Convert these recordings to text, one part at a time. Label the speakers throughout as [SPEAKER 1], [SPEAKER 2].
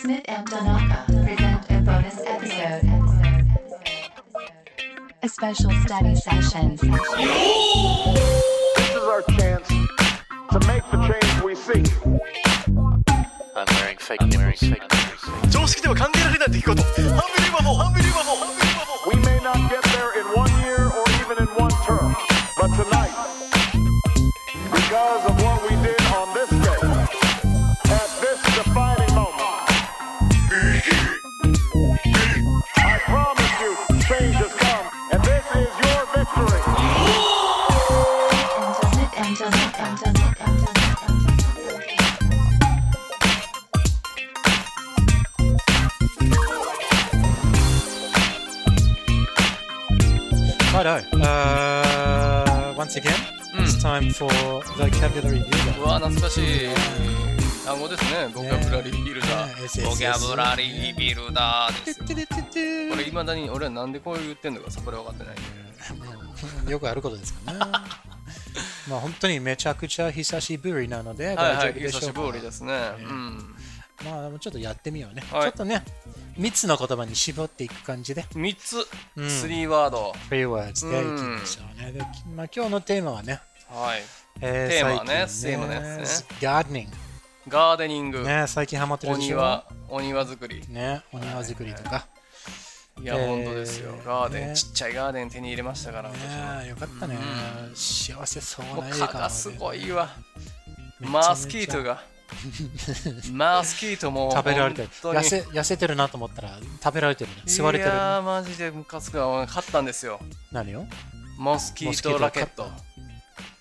[SPEAKER 1] Smith and Donaka present a bonus episode. A special study session.
[SPEAKER 2] This is our chance to make the change we seek.
[SPEAKER 3] I'm wearing fake I'm wearing fake nipples.
[SPEAKER 4] 常識では考えられない出来事ハンビリーバボーハンビリーバボーハンビリーバボー
[SPEAKER 2] We may not get there in one year or even in one term, but tonight, because of what we did on this day, at this defining moment, I promise you, change has come, and this is your victory.
[SPEAKER 1] Smith and Donaka. Donaka, Donaka, Donaka.
[SPEAKER 5] Righto. Uh, once again, it's time for vocabulary builder.
[SPEAKER 6] うわ懐かしい単語ですねボキャブラリービルダ
[SPEAKER 5] ねえそ
[SPEAKER 6] ー
[SPEAKER 5] うそうそう
[SPEAKER 6] ボキャブラリービルダーですよこ れ
[SPEAKER 5] こ
[SPEAKER 6] いまだに俺はなんでこう言ってんのかさこれ分かってない
[SPEAKER 5] れよくあることです かね。まあ本当にめちゃくちゃ久しぶりなので
[SPEAKER 6] はいはい
[SPEAKER 5] 大丈夫で
[SPEAKER 6] 久
[SPEAKER 5] しょ
[SPEAKER 6] し
[SPEAKER 5] うか。
[SPEAKER 6] ぶりですねうん
[SPEAKER 5] まあちょっとやってみようね。
[SPEAKER 6] はい
[SPEAKER 5] ちょっとね、3つの言葉に絞っていく感じで、
[SPEAKER 6] 3つ
[SPEAKER 5] うん
[SPEAKER 6] 3ワード
[SPEAKER 5] 3 words でいきましょうね。でまあ今日のテーマはね、
[SPEAKER 6] はい
[SPEAKER 5] え
[SPEAKER 6] テーマはね
[SPEAKER 5] 最近
[SPEAKER 6] テーマのやつね
[SPEAKER 5] gardening。
[SPEAKER 6] ガーデニング
[SPEAKER 5] ね、最近ハマって
[SPEAKER 6] お
[SPEAKER 5] るでしょ。
[SPEAKER 6] 庭お庭作り
[SPEAKER 5] ね、お庭作りとか。
[SPEAKER 6] いや
[SPEAKER 5] えー
[SPEAKER 6] 本当ですよガーデ
[SPEAKER 5] ね
[SPEAKER 6] ンちっちゃいガーデン手に入れましたから私も
[SPEAKER 5] ねえよかったね、幸せそう
[SPEAKER 6] もう
[SPEAKER 5] な
[SPEAKER 6] 蚊がすごいわマスキート がマスキートも
[SPEAKER 5] 食べられてる
[SPEAKER 6] 本当に
[SPEAKER 5] 痩せ痩せてるなと思ったら食べられてるね吸われてる
[SPEAKER 6] いやーマジでムカつくわ俺買ったんですよ
[SPEAKER 5] 何よ
[SPEAKER 6] モスキートラケット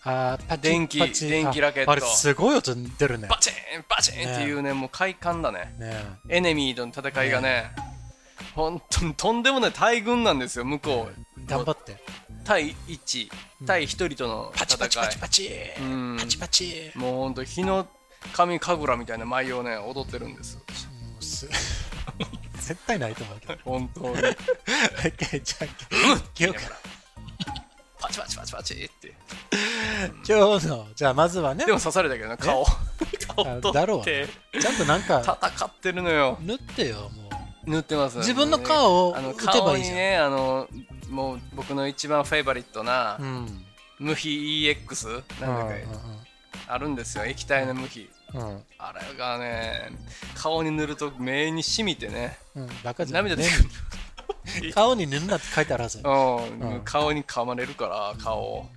[SPEAKER 5] あーパチ
[SPEAKER 6] 電気
[SPEAKER 5] パチ
[SPEAKER 6] 電気ラケット
[SPEAKER 5] ああれすごい音出るね
[SPEAKER 6] バチーンバチーンっていうねもう快感だね
[SPEAKER 5] ね
[SPEAKER 6] エネミーとの戦いがね本当にとんでもない大群なんですよ向こう
[SPEAKER 5] え頑張って
[SPEAKER 6] 対1対1人との
[SPEAKER 5] パチパチ
[SPEAKER 6] 戦
[SPEAKER 5] パ
[SPEAKER 6] い
[SPEAKER 5] チパチ
[SPEAKER 6] うん
[SPEAKER 5] パチパチ
[SPEAKER 6] もう本当日の神神楽みたいな舞をね踊ってるんです
[SPEAKER 5] もうす絶対ないと思うけど
[SPEAKER 6] 本当に
[SPEAKER 5] OK じゃあ今日から
[SPEAKER 6] パチパチパチパチって
[SPEAKER 5] 今日のじゃあまずは ね
[SPEAKER 6] でも刺されたけどな顔
[SPEAKER 5] あ
[SPEAKER 6] 顔
[SPEAKER 5] だろ
[SPEAKER 6] 取
[SPEAKER 5] う
[SPEAKER 6] っ
[SPEAKER 5] ね
[SPEAKER 6] て
[SPEAKER 5] ちゃんとなんか
[SPEAKER 6] 戦ってるのよ
[SPEAKER 5] 塗ってよもう
[SPEAKER 6] 塗ってます
[SPEAKER 5] 自分の顔を
[SPEAKER 6] あの
[SPEAKER 5] 打てばいいじゃん
[SPEAKER 6] 顔にねあのもう僕の一番フェイバリットな、
[SPEAKER 5] うん
[SPEAKER 6] 無比 EX なんだかあるんですよ液体の無比
[SPEAKER 5] うんうんうん
[SPEAKER 6] あれがね顔に塗ると目に染みてね
[SPEAKER 5] うん、バカじゃん
[SPEAKER 6] 涙 出て
[SPEAKER 5] ね
[SPEAKER 6] くる
[SPEAKER 5] 顔に塗るなって書いてあるはず。ね、
[SPEAKER 6] うん
[SPEAKER 5] うん
[SPEAKER 6] 顔に噛まれるから顔を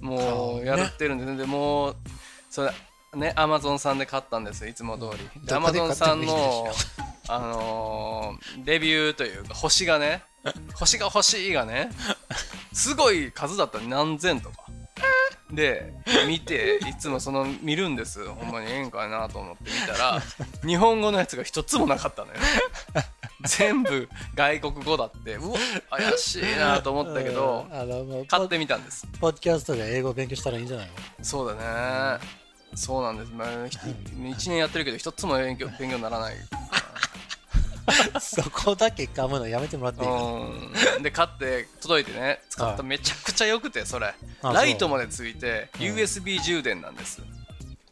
[SPEAKER 6] も
[SPEAKER 5] 顔
[SPEAKER 6] う
[SPEAKER 5] ね
[SPEAKER 6] やってるんで、でもうそれねアマゾンさんで買ったんですよいつも通
[SPEAKER 5] うん
[SPEAKER 6] りアマゾンさん
[SPEAKER 5] どこで買って
[SPEAKER 6] の
[SPEAKER 5] もいいで
[SPEAKER 6] あのーレビューというか星がね星が欲しいがねすごい数だった何千とかで見ていつもその見るんですほんまにええんかいなと思って見たら日本語のやつが一つもなかったのよ全部外国語だってうわ怪しいなと思ったけど
[SPEAKER 5] うんあのもう
[SPEAKER 6] 買
[SPEAKER 5] ポ
[SPEAKER 6] ってみたんです
[SPEAKER 5] ポッドキャストで英語勉強したらいいんじゃないの
[SPEAKER 6] そうだね。そうなんです。まあ、ひ一年やってるけど、一つも勉強勉強にならない。
[SPEAKER 5] そこだけ噛むのやめてもらっていいか
[SPEAKER 6] うん。で、買って、届いてね、使っ
[SPEAKER 5] は
[SPEAKER 6] た
[SPEAKER 5] い
[SPEAKER 6] めちゃくちゃ良くて、それ。
[SPEAKER 5] そう
[SPEAKER 6] ライトまでついて、
[SPEAKER 5] うん
[SPEAKER 6] USB 充電なんです。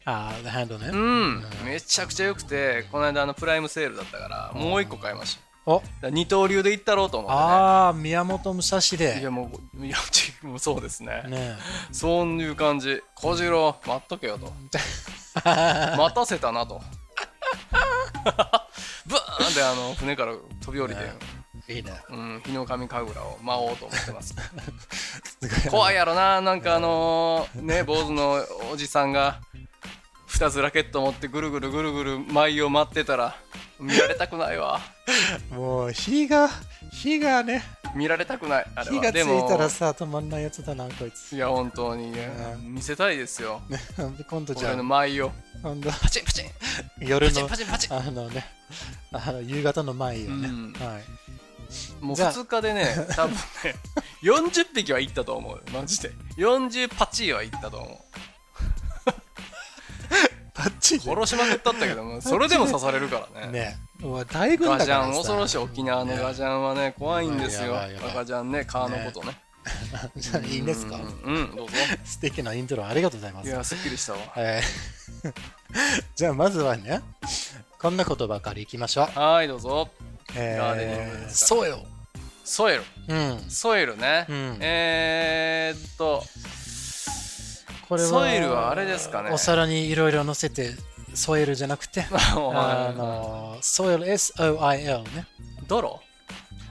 [SPEAKER 5] ああ、ハンドね
[SPEAKER 6] う。ん。めちゃくちゃ良くて、この間、あの、プライムセールだったから、もう一個買いました。
[SPEAKER 5] お
[SPEAKER 6] だから二刀流で行ったろうと思っ
[SPEAKER 5] ああ、宮本武蔵
[SPEAKER 6] てね。い
[SPEAKER 5] で
[SPEAKER 6] や。もう、いや、ち もうそうですね。
[SPEAKER 5] ね
[SPEAKER 6] そういう感じ。小次郎、待っとけよ と。待たせたなと。 ブーンってあの船から飛び降りて、
[SPEAKER 5] えいいね。
[SPEAKER 6] うん、日の神神楽を舞おうと思ってます。
[SPEAKER 5] すご い。
[SPEAKER 6] 怖いやろな、なんかあのーね、坊主のおじさんが2つラケット持ってぐるぐるぐるぐる舞を待ってたら、見られたくないわ。
[SPEAKER 5] もう火が、火がね、
[SPEAKER 6] 見られたくない。あれは
[SPEAKER 5] 火がつ
[SPEAKER 6] でも
[SPEAKER 5] いたらさ、止まんないやつだな、こいつ
[SPEAKER 6] い。や、本当に、見せたいですよ。
[SPEAKER 5] 今度じゃ
[SPEAKER 6] 俺の
[SPEAKER 5] あ、
[SPEAKER 6] 舞を。
[SPEAKER 5] 今度
[SPEAKER 6] パチンパチン
[SPEAKER 5] 夜
[SPEAKER 6] パチン
[SPEAKER 5] の
[SPEAKER 6] パ、チンパチン
[SPEAKER 5] あのね、あの夕方の前よね。
[SPEAKER 6] うん
[SPEAKER 5] はい。
[SPEAKER 6] もう
[SPEAKER 5] じゃあ
[SPEAKER 6] 2日でね、多分ね、40匹は行ったと思う、マジで。40パチは行ったと思う。
[SPEAKER 5] パッチリ。
[SPEAKER 6] 殺しまくったったけど も、それでも刺されるからね。
[SPEAKER 5] ねうわ大群だ
[SPEAKER 6] ガ
[SPEAKER 5] か
[SPEAKER 6] ジャ
[SPEAKER 5] ら
[SPEAKER 6] ン、
[SPEAKER 5] さ
[SPEAKER 6] 恐ろしい沖縄のガジャンはね、怖いんですよ。
[SPEAKER 5] やばいやばい
[SPEAKER 6] ガジャンね、川のことね。
[SPEAKER 5] ねいいんですか
[SPEAKER 6] うん、うんどうぞ。
[SPEAKER 5] 素敵なイントロありがとうございま
[SPEAKER 6] い
[SPEAKER 5] す、
[SPEAKER 6] や、すっきりしたわ。
[SPEAKER 5] えーじゃあまずはねこんな言葉からいきましょう。
[SPEAKER 6] はい、どうぞ。ガーデニング
[SPEAKER 5] え
[SPEAKER 6] で
[SPEAKER 5] ー、
[SPEAKER 6] す
[SPEAKER 5] ソイル。
[SPEAKER 6] ソエル。
[SPEAKER 5] うん。
[SPEAKER 6] ソエルね。
[SPEAKER 5] うん
[SPEAKER 6] えーっと、
[SPEAKER 5] これは
[SPEAKER 6] ソイルはあれですかね
[SPEAKER 5] お皿にいろいろ乗せて、ソイルじゃなく て、あのソイル、S-O-I-L ね。
[SPEAKER 6] 泥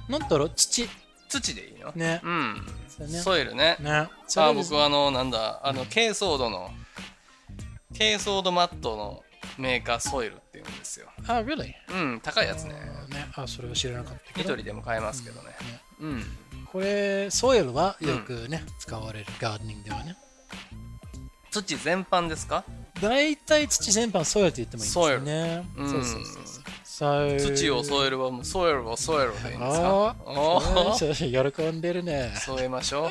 [SPEAKER 5] なんだろう、土。
[SPEAKER 6] 土でいいの
[SPEAKER 5] ね
[SPEAKER 6] う。ん。
[SPEAKER 5] そうね
[SPEAKER 6] ソエルね。
[SPEAKER 5] ね。それ
[SPEAKER 6] あ
[SPEAKER 5] で
[SPEAKER 6] 僕はあのなんだあの珪藻土の珪藻土マットのメーカーソイルっていうんですよ
[SPEAKER 5] あ、really?
[SPEAKER 6] うん高いやつね
[SPEAKER 5] ね。あ、それは知らなかったけ
[SPEAKER 6] ニ
[SPEAKER 5] ど。
[SPEAKER 6] トリでも買えますけどねうん
[SPEAKER 5] これ、ソイルはよくね、使われるガーデニングではね。
[SPEAKER 6] 土全般ですか
[SPEAKER 5] 大体土全般ソイルって言ってもいいんですよね。
[SPEAKER 6] ソイル
[SPEAKER 5] そうそうそうそう。So-
[SPEAKER 6] 土を添えるはもうソイルはソイルでいいんですか
[SPEAKER 5] あ
[SPEAKER 6] お
[SPEAKER 5] あ、
[SPEAKER 6] ー
[SPEAKER 5] そう喜んでるね。
[SPEAKER 6] 添えましょう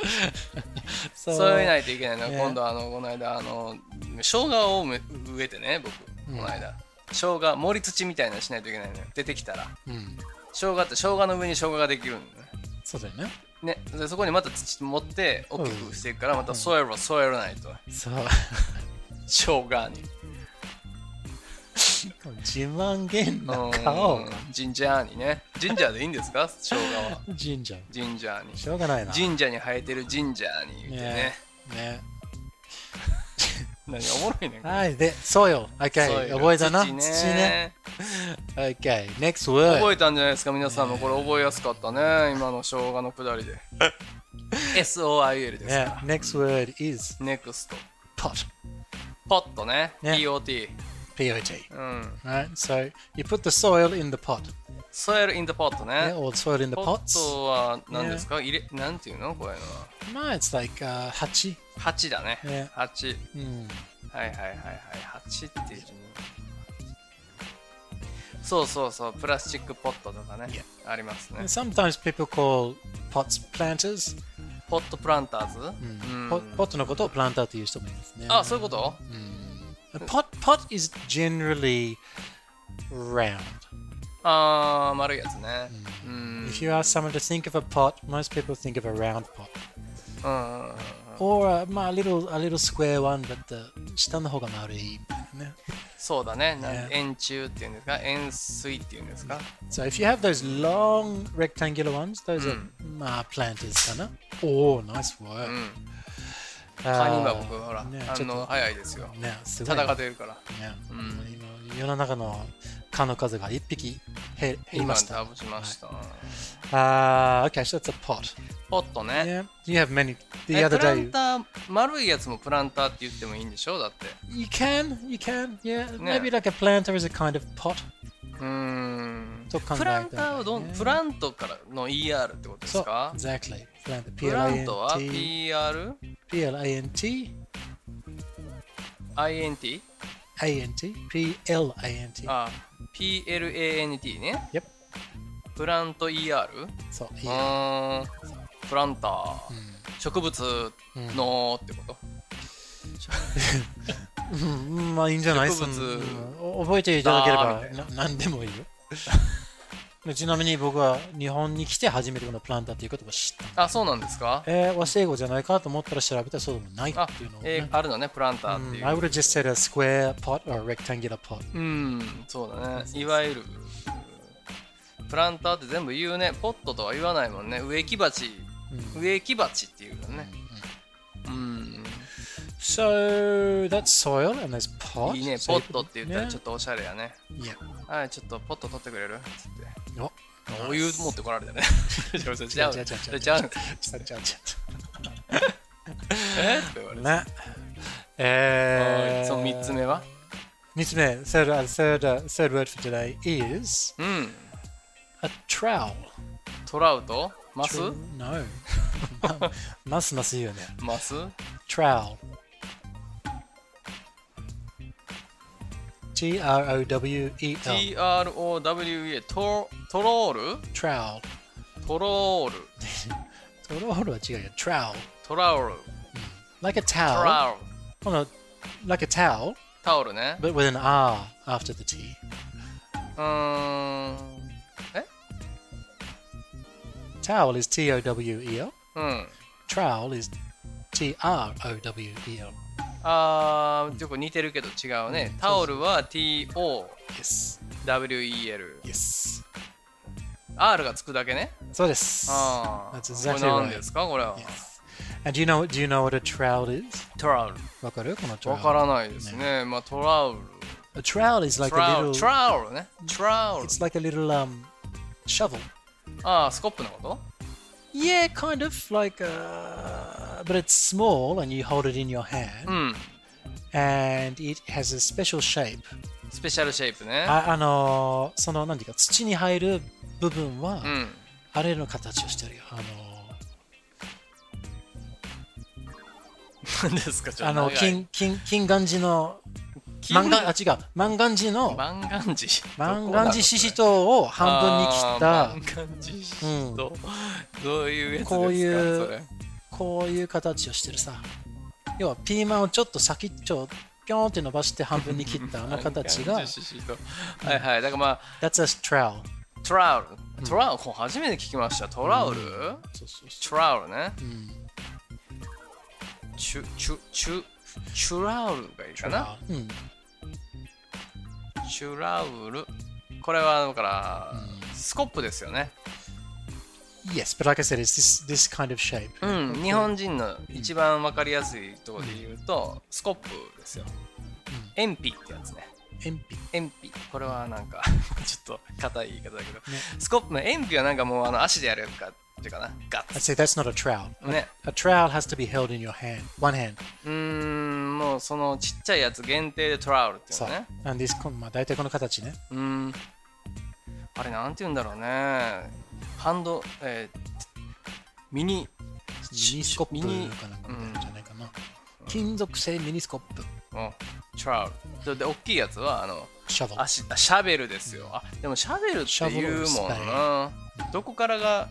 [SPEAKER 5] そう
[SPEAKER 6] 添えないといけないの
[SPEAKER 5] ね
[SPEAKER 6] 今度あのこの間あの生姜をめ植えてね僕
[SPEAKER 5] うん
[SPEAKER 6] この間生姜盛り土みたいなのしないといけないのよ出てきたら
[SPEAKER 5] うん。
[SPEAKER 6] 生姜って生姜の上に生姜ができるんだよね
[SPEAKER 5] そうだよね。
[SPEAKER 6] ね、でそこにまた土持って大きくしていくから、また添えば添えないと、
[SPEAKER 5] そう。
[SPEAKER 6] 生姜に、
[SPEAKER 5] 自慢げんな
[SPEAKER 6] う
[SPEAKER 5] 顔
[SPEAKER 6] ん。ジンジャーにねジンジャーでいいんですか生姜は
[SPEAKER 5] 神社。
[SPEAKER 6] ジンジャーに
[SPEAKER 5] しょうがないな。
[SPEAKER 6] 神社に生えてるジンジャーに言ってね
[SPEAKER 5] ねね。
[SPEAKER 6] 何おもろいねんこれ
[SPEAKER 5] はい、で、そうよ。
[SPEAKER 6] そうい
[SPEAKER 5] OK。
[SPEAKER 6] う
[SPEAKER 5] 覚えたな。
[SPEAKER 6] 土
[SPEAKER 5] 土
[SPEAKER 6] ね
[SPEAKER 5] ね。OK。Next
[SPEAKER 6] 覚
[SPEAKER 5] word。
[SPEAKER 6] えたんじゃないですか皆さんもこれ覚えやすかったね今の生姜のくだり で SOIL です
[SPEAKER 5] ね
[SPEAKER 6] か、
[SPEAKER 5] Next word is
[SPEAKER 6] ら NEXT
[SPEAKER 5] pot.
[SPEAKER 6] ポットね
[SPEAKER 5] ね
[SPEAKER 6] POT、
[SPEAKER 5] P-O-T.
[SPEAKER 6] うん、
[SPEAKER 5] Right? So, you put the soil in the pot.
[SPEAKER 6] ソエルイン the ポットね
[SPEAKER 5] Yeah, or soil in the
[SPEAKER 6] ポッ
[SPEAKER 5] pots.
[SPEAKER 6] トは何ですか、入れなんていうのこういうのは
[SPEAKER 5] No, it's like uh, hachi.
[SPEAKER 6] 八だね。
[SPEAKER 5] ね
[SPEAKER 6] 八。
[SPEAKER 5] Mm.
[SPEAKER 6] はいはいはいはい。八っていう字ね。そうそうそう。プラスチックポットとかね。ありますね
[SPEAKER 5] And。sometimes people call pots planters.
[SPEAKER 6] ポットプランターズ。うん
[SPEAKER 5] ポポットのことをプランターという人もいますね。
[SPEAKER 6] あ、そういうこと？
[SPEAKER 5] A pot, pot is generally round.
[SPEAKER 6] ああ、丸いやつね。うん。
[SPEAKER 5] If you ask someone to think of a pot, most people think of a round pot.
[SPEAKER 6] うんうんうん
[SPEAKER 5] Or a, まあ a, little, a little square one, but the 下の方が丸い。ね。
[SPEAKER 6] そうだね。なん
[SPEAKER 5] ね
[SPEAKER 6] 円柱っていうんですか、円錐っていうんですか。
[SPEAKER 5] So if you have those long rectangular ones, those are まあ planters かな。Oh, nice
[SPEAKER 6] う
[SPEAKER 5] work. Uh,
[SPEAKER 6] ん。
[SPEAKER 5] 他
[SPEAKER 6] 他人は僕ほら
[SPEAKER 5] ねち
[SPEAKER 6] 反
[SPEAKER 5] ょっと
[SPEAKER 6] 応早いですよ。
[SPEAKER 5] ね、すごいな。
[SPEAKER 6] 戦ってるから。
[SPEAKER 5] ね、
[SPEAKER 6] うん
[SPEAKER 5] 今世の中の蚊の数が一匹減減り
[SPEAKER 6] 今
[SPEAKER 5] ました。
[SPEAKER 6] 倒しました。
[SPEAKER 5] Ah, okay, so that's a pot.
[SPEAKER 6] ポットね。
[SPEAKER 5] Yeah, you have many.
[SPEAKER 6] え
[SPEAKER 5] The other
[SPEAKER 6] プラ
[SPEAKER 5] day,
[SPEAKER 6] ンター丸いやつもプランターって言ってもいいんでしょだって
[SPEAKER 5] you can, you can. Yeah,
[SPEAKER 6] Yeah.
[SPEAKER 5] maybe like a planter is a kind of pot.
[SPEAKER 6] うーん
[SPEAKER 5] と考えて
[SPEAKER 6] プランターはどん、
[SPEAKER 5] ね
[SPEAKER 6] プラントからの ER ってことです
[SPEAKER 5] So,
[SPEAKER 6] か
[SPEAKER 5] exactly. Planter.
[SPEAKER 6] プラントは
[SPEAKER 5] P-L-A-N-T.
[SPEAKER 6] PR?
[SPEAKER 5] P-L-A-N-T.
[SPEAKER 6] INT?
[SPEAKER 5] A-N-T. P-L-A-N-T.
[SPEAKER 6] あ PLANT ね
[SPEAKER 5] Yep.
[SPEAKER 6] プラント ER?
[SPEAKER 5] そう、
[SPEAKER 6] う
[SPEAKER 5] yeah.
[SPEAKER 6] ーんプランター、植物のってこと、
[SPEAKER 5] うんまあいいんじゃない
[SPEAKER 6] 植物
[SPEAKER 5] そのうん覚えていただけれ
[SPEAKER 6] だーみ
[SPEAKER 5] ばな何でもいいよ。で ちなみに僕は日本に来て初めてこのプランターという言葉を知った。
[SPEAKER 6] あそうなんですか
[SPEAKER 5] えー、和製語じゃないかと思ったら調べたらそうでもないっ
[SPEAKER 6] あ
[SPEAKER 5] ていうのを、
[SPEAKER 6] え
[SPEAKER 5] ね
[SPEAKER 6] ーあるのねプランターっていう
[SPEAKER 5] Mm, I would have just said a square pot or a rectangular pot.
[SPEAKER 6] うん、そうだね。いわゆる、プランターって全部言うね。ポットとは言わないもんね。植木鉢、植木鉢っていうよね。うん、
[SPEAKER 5] So that's soil and there's pot.
[SPEAKER 6] いいね。
[SPEAKER 5] So
[SPEAKER 6] ポ
[SPEAKER 5] you
[SPEAKER 6] ットって言ったらちょっとおしゃれやね。
[SPEAKER 5] put- Yeah.
[SPEAKER 6] はい、ちょっとポット取ってくれるつって。
[SPEAKER 5] お
[SPEAKER 6] お湯持ってこられたね。 違う違う違う
[SPEAKER 5] 違う違う
[SPEAKER 6] 違
[SPEAKER 5] 違う
[SPEAKER 6] う。
[SPEAKER 5] ちゃちゃち
[SPEAKER 6] えって言われ
[SPEAKER 5] ゃ。
[SPEAKER 6] て。
[SPEAKER 5] ね。え
[SPEAKER 6] はい
[SPEAKER 5] ー、
[SPEAKER 6] その3つ目は
[SPEAKER 5] 三つ目 third, uh, third, uh, third word for today is
[SPEAKER 6] うん。
[SPEAKER 5] a trowel.
[SPEAKER 6] トラウトマス
[SPEAKER 5] True? No. マスマス言うね。
[SPEAKER 6] マス
[SPEAKER 5] trowel. T-R-O-W-E-L.
[SPEAKER 6] ?T-R-O-W-E トトロール
[SPEAKER 5] trowel.
[SPEAKER 6] トロール
[SPEAKER 5] トロールは違うよ。trowel.
[SPEAKER 6] トラウル
[SPEAKER 5] Like a
[SPEAKER 6] ト
[SPEAKER 5] towel.
[SPEAKER 6] ラウル
[SPEAKER 5] Oh, no, like a towel,
[SPEAKER 6] タオルね。
[SPEAKER 5] but with an R after the T.
[SPEAKER 6] うーん。え
[SPEAKER 5] Towel is T O W E L.
[SPEAKER 6] うん。
[SPEAKER 5] Trowel is T R O W E L.
[SPEAKER 6] あー、ちょっと似てるけど違うね。タオルは TOWEL。
[SPEAKER 5] Yes. Yes.
[SPEAKER 6] R がつくだけね。
[SPEAKER 5] So this.
[SPEAKER 6] ああ。
[SPEAKER 5] That's
[SPEAKER 6] こ
[SPEAKER 5] exactly
[SPEAKER 6] れ何で
[SPEAKER 5] right.
[SPEAKER 6] すかこれは。
[SPEAKER 5] Yes. And do you know do you know what a trout is?
[SPEAKER 6] トラウ
[SPEAKER 5] わかるこの
[SPEAKER 6] ル。
[SPEAKER 5] trout.
[SPEAKER 6] わからないですね。まあトラウル。
[SPEAKER 5] A trout is like
[SPEAKER 6] トラ
[SPEAKER 5] a
[SPEAKER 6] ウル。
[SPEAKER 5] little
[SPEAKER 6] トラウルね。トラウル。
[SPEAKER 5] it's like a little um shovel.
[SPEAKER 6] ああ、スコップのこと
[SPEAKER 5] Yeah, kind of like uh but it's small and you hold it in your hand
[SPEAKER 6] うん。
[SPEAKER 5] and it has a special shape.
[SPEAKER 6] スペシャルシェイプね。
[SPEAKER 5] ああのーその何ていうか土に入る部分は、
[SPEAKER 6] うん。
[SPEAKER 5] あれの形をしてるよ。あの
[SPEAKER 6] 何ですかち
[SPEAKER 5] ー
[SPEAKER 6] ょっと。
[SPEAKER 5] あの
[SPEAKER 6] 長い
[SPEAKER 5] 金金金眼寺の
[SPEAKER 6] 金
[SPEAKER 5] 万願あ違う万願寺の
[SPEAKER 6] 万願寺
[SPEAKER 5] 万願寺獅子頭を半分に切った
[SPEAKER 6] た万願寺シシトどういうやつですか
[SPEAKER 5] こういう
[SPEAKER 6] それ
[SPEAKER 5] こういう形をしてるさ。要はピーマンをちょっと先っちょをピョンって伸ばして半分に切ったあの形
[SPEAKER 6] 万
[SPEAKER 5] が
[SPEAKER 6] 願寺シシトはいはいだからまあ
[SPEAKER 5] That's a trowel。
[SPEAKER 6] トラウルトラウル、初めて聞きましたトラウル、
[SPEAKER 5] そうそうそ
[SPEAKER 6] トラウルね
[SPEAKER 5] う。うん。
[SPEAKER 6] チュチュチュチュラウルがいいかな
[SPEAKER 5] うん。
[SPEAKER 6] チュラウルこれはだから、スコップですよね
[SPEAKER 5] Yes, but like I said, it's this, this kind of shape.
[SPEAKER 6] うん日本人の一番わかりやすいところで言うと、スコップですよ鉛筆ってやつね
[SPEAKER 5] 鉛筆。
[SPEAKER 6] 鉛筆これはなんか ちょっと硬い言い方だけど、スコップの鉛筆はなんかもうあの足でやるかっていうかなガッ
[SPEAKER 5] I'd say that's not a trowel.
[SPEAKER 6] ツね
[SPEAKER 5] A trowel has to be held in your hand, one hand.
[SPEAKER 6] うーんもうそのちっちゃいやつ限定でトラウルっていう
[SPEAKER 5] そ
[SPEAKER 6] の
[SPEAKER 5] う
[SPEAKER 6] ね。
[SPEAKER 5] なんです、こんまあ、大体この形ね。
[SPEAKER 6] うーんあれなんて言うんだろうねハンド、えーミニ
[SPEAKER 5] ミニスコップ
[SPEAKER 6] ミニ
[SPEAKER 5] かなんかみたいなんじゃないかな。金属製ミニスコップ、
[SPEAKER 6] うんトラウルでで大きいやつはあの
[SPEAKER 5] シャボル。
[SPEAKER 6] 足あシャベルですよあでもシャベルっていう
[SPEAKER 5] シャ
[SPEAKER 6] もん
[SPEAKER 5] ベル
[SPEAKER 6] などこからが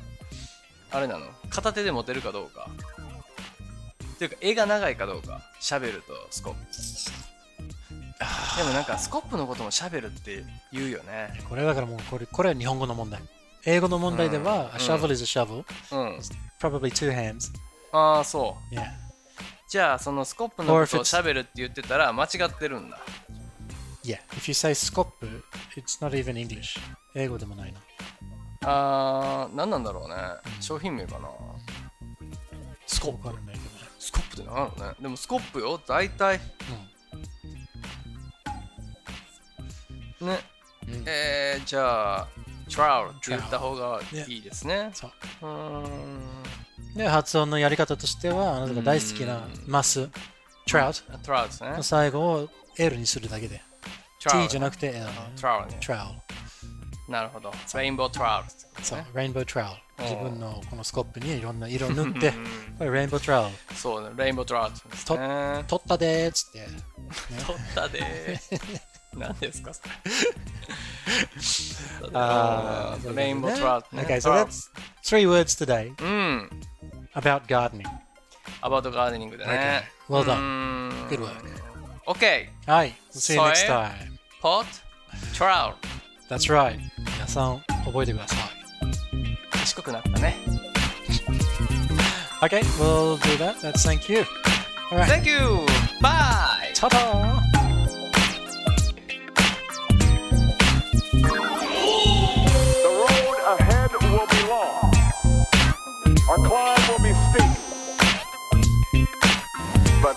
[SPEAKER 6] あれなの片手で持てるかどうかっていうか絵が長いかどうかシャベルとスコップでもなんかスコップのこともシャベルって言うよね
[SPEAKER 5] これだからもうこれ、これは日本語の問題。英語の問題では、
[SPEAKER 6] うん
[SPEAKER 5] a shovel is a shovel,
[SPEAKER 6] うん
[SPEAKER 5] probably two hands.
[SPEAKER 6] ああそう
[SPEAKER 5] Yeah.
[SPEAKER 6] じゃあそのスコップのこと
[SPEAKER 5] Or if
[SPEAKER 6] を
[SPEAKER 5] it's-
[SPEAKER 6] シャベルって言ってたら間違ってるんだ
[SPEAKER 5] Yeah. If you say スコップ、it's not even English. 英語でもないな。
[SPEAKER 6] あー何なんだろうね商品名かなスコッ
[SPEAKER 5] わ
[SPEAKER 6] プ
[SPEAKER 5] からないけどね。
[SPEAKER 6] スコップって何なのねでもスコップよ大体ね、
[SPEAKER 5] うん
[SPEAKER 6] えー、じゃあトラウルって言った方が
[SPEAKER 5] ね
[SPEAKER 6] いいですね
[SPEAKER 5] そう
[SPEAKER 6] うーん
[SPEAKER 5] で、発音のやり方としては、あなたが大好きなマス、トラウト
[SPEAKER 6] トラウルですね
[SPEAKER 5] の最後を L にするだけで。
[SPEAKER 6] トラウ
[SPEAKER 5] T じ
[SPEAKER 6] ル
[SPEAKER 5] ゃなくて L ね。
[SPEAKER 6] トラウルね
[SPEAKER 5] トラウル。
[SPEAKER 6] なるほどレインボートラウルってことね
[SPEAKER 5] そう、レインボートラウル。
[SPEAKER 6] お
[SPEAKER 5] 自
[SPEAKER 6] ー
[SPEAKER 5] 分のこのスコップにいろんな色塗って、 これレインボートラウル。
[SPEAKER 6] そうねレインボートラウルですね
[SPEAKER 5] 取ったでーっつって。
[SPEAKER 6] 取ったでー何ですかそれ
[SPEAKER 5] あー
[SPEAKER 6] レインボートラウルね
[SPEAKER 5] Okay,
[SPEAKER 6] ト
[SPEAKER 5] so
[SPEAKER 6] ラウル
[SPEAKER 5] that's three words today
[SPEAKER 6] うん
[SPEAKER 5] about gardening.
[SPEAKER 6] アバウトガーデニングでね
[SPEAKER 5] Okay. Well
[SPEAKER 6] うー
[SPEAKER 5] done.
[SPEAKER 6] ん
[SPEAKER 5] Good work.
[SPEAKER 6] OK
[SPEAKER 5] はい、we'll see you
[SPEAKER 6] それ
[SPEAKER 5] next time.
[SPEAKER 6] ポットトラウル
[SPEAKER 5] That's right. 皆さん、覚えてください。
[SPEAKER 6] 賢くなったね
[SPEAKER 5] Okay, we'll do that. That's thank you. Alright,
[SPEAKER 6] Thank you! Bye!
[SPEAKER 5] ta ta!
[SPEAKER 2] The road ahead will be long. Our climb will be steep. But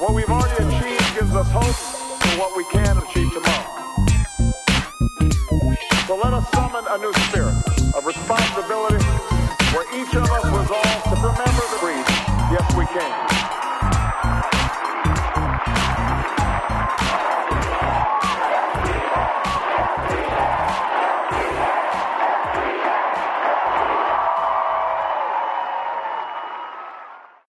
[SPEAKER 2] what we've already achieved gives us hope for what we can achieve tomorrow. So let us summon a new spirit of responsibility